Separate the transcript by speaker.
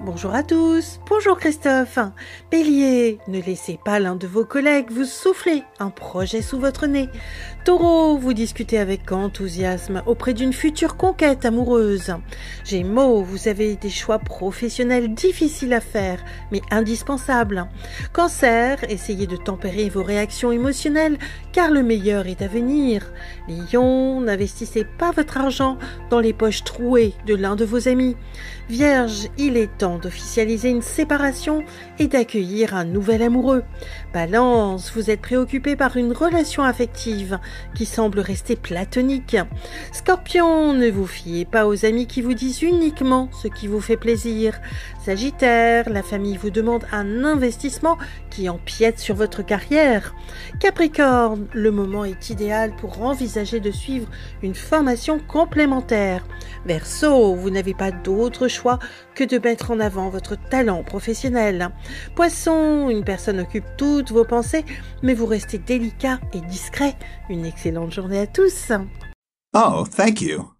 Speaker 1: Bonjour à tous, bonjour Christophe. Bélier, ne laissez pas l'un de vos collègues vous souffler un projet sous votre nez. Taureau, vous discutez avec enthousiasme auprès d'une future conquête amoureuse. Gémeaux, vous avez des choix professionnels difficiles à faire, mais indispensables. Cancer, essayez de tempérer vos réactions émotionnelles, car le meilleur est à venir. Lion, n'investissez pas votre argent dans les poches trouées de l'un de vos amis. Vierge, il est temps d'officialiser une séparation et d'accueillir un nouvel amoureux. Balance, vous êtes préoccupé par une relation affective qui semble rester platonique. Scorpion, ne vous fiez pas aux amis qui vous disent uniquement ce qui vous fait plaisir. Sagittaire, la famille vous demande un investissement qui empiète sur votre carrière. Capricorne, le moment est idéal pour envisager de suivre une formation complémentaire. Verseau, vous n'avez pas d'autre choix que de mettre en avant votre talent professionnel. Poisson, une personne occupe toutes vos pensées, mais vous restez délicat et discret. Une excellente journée à tous.
Speaker 2: Oh, thank you.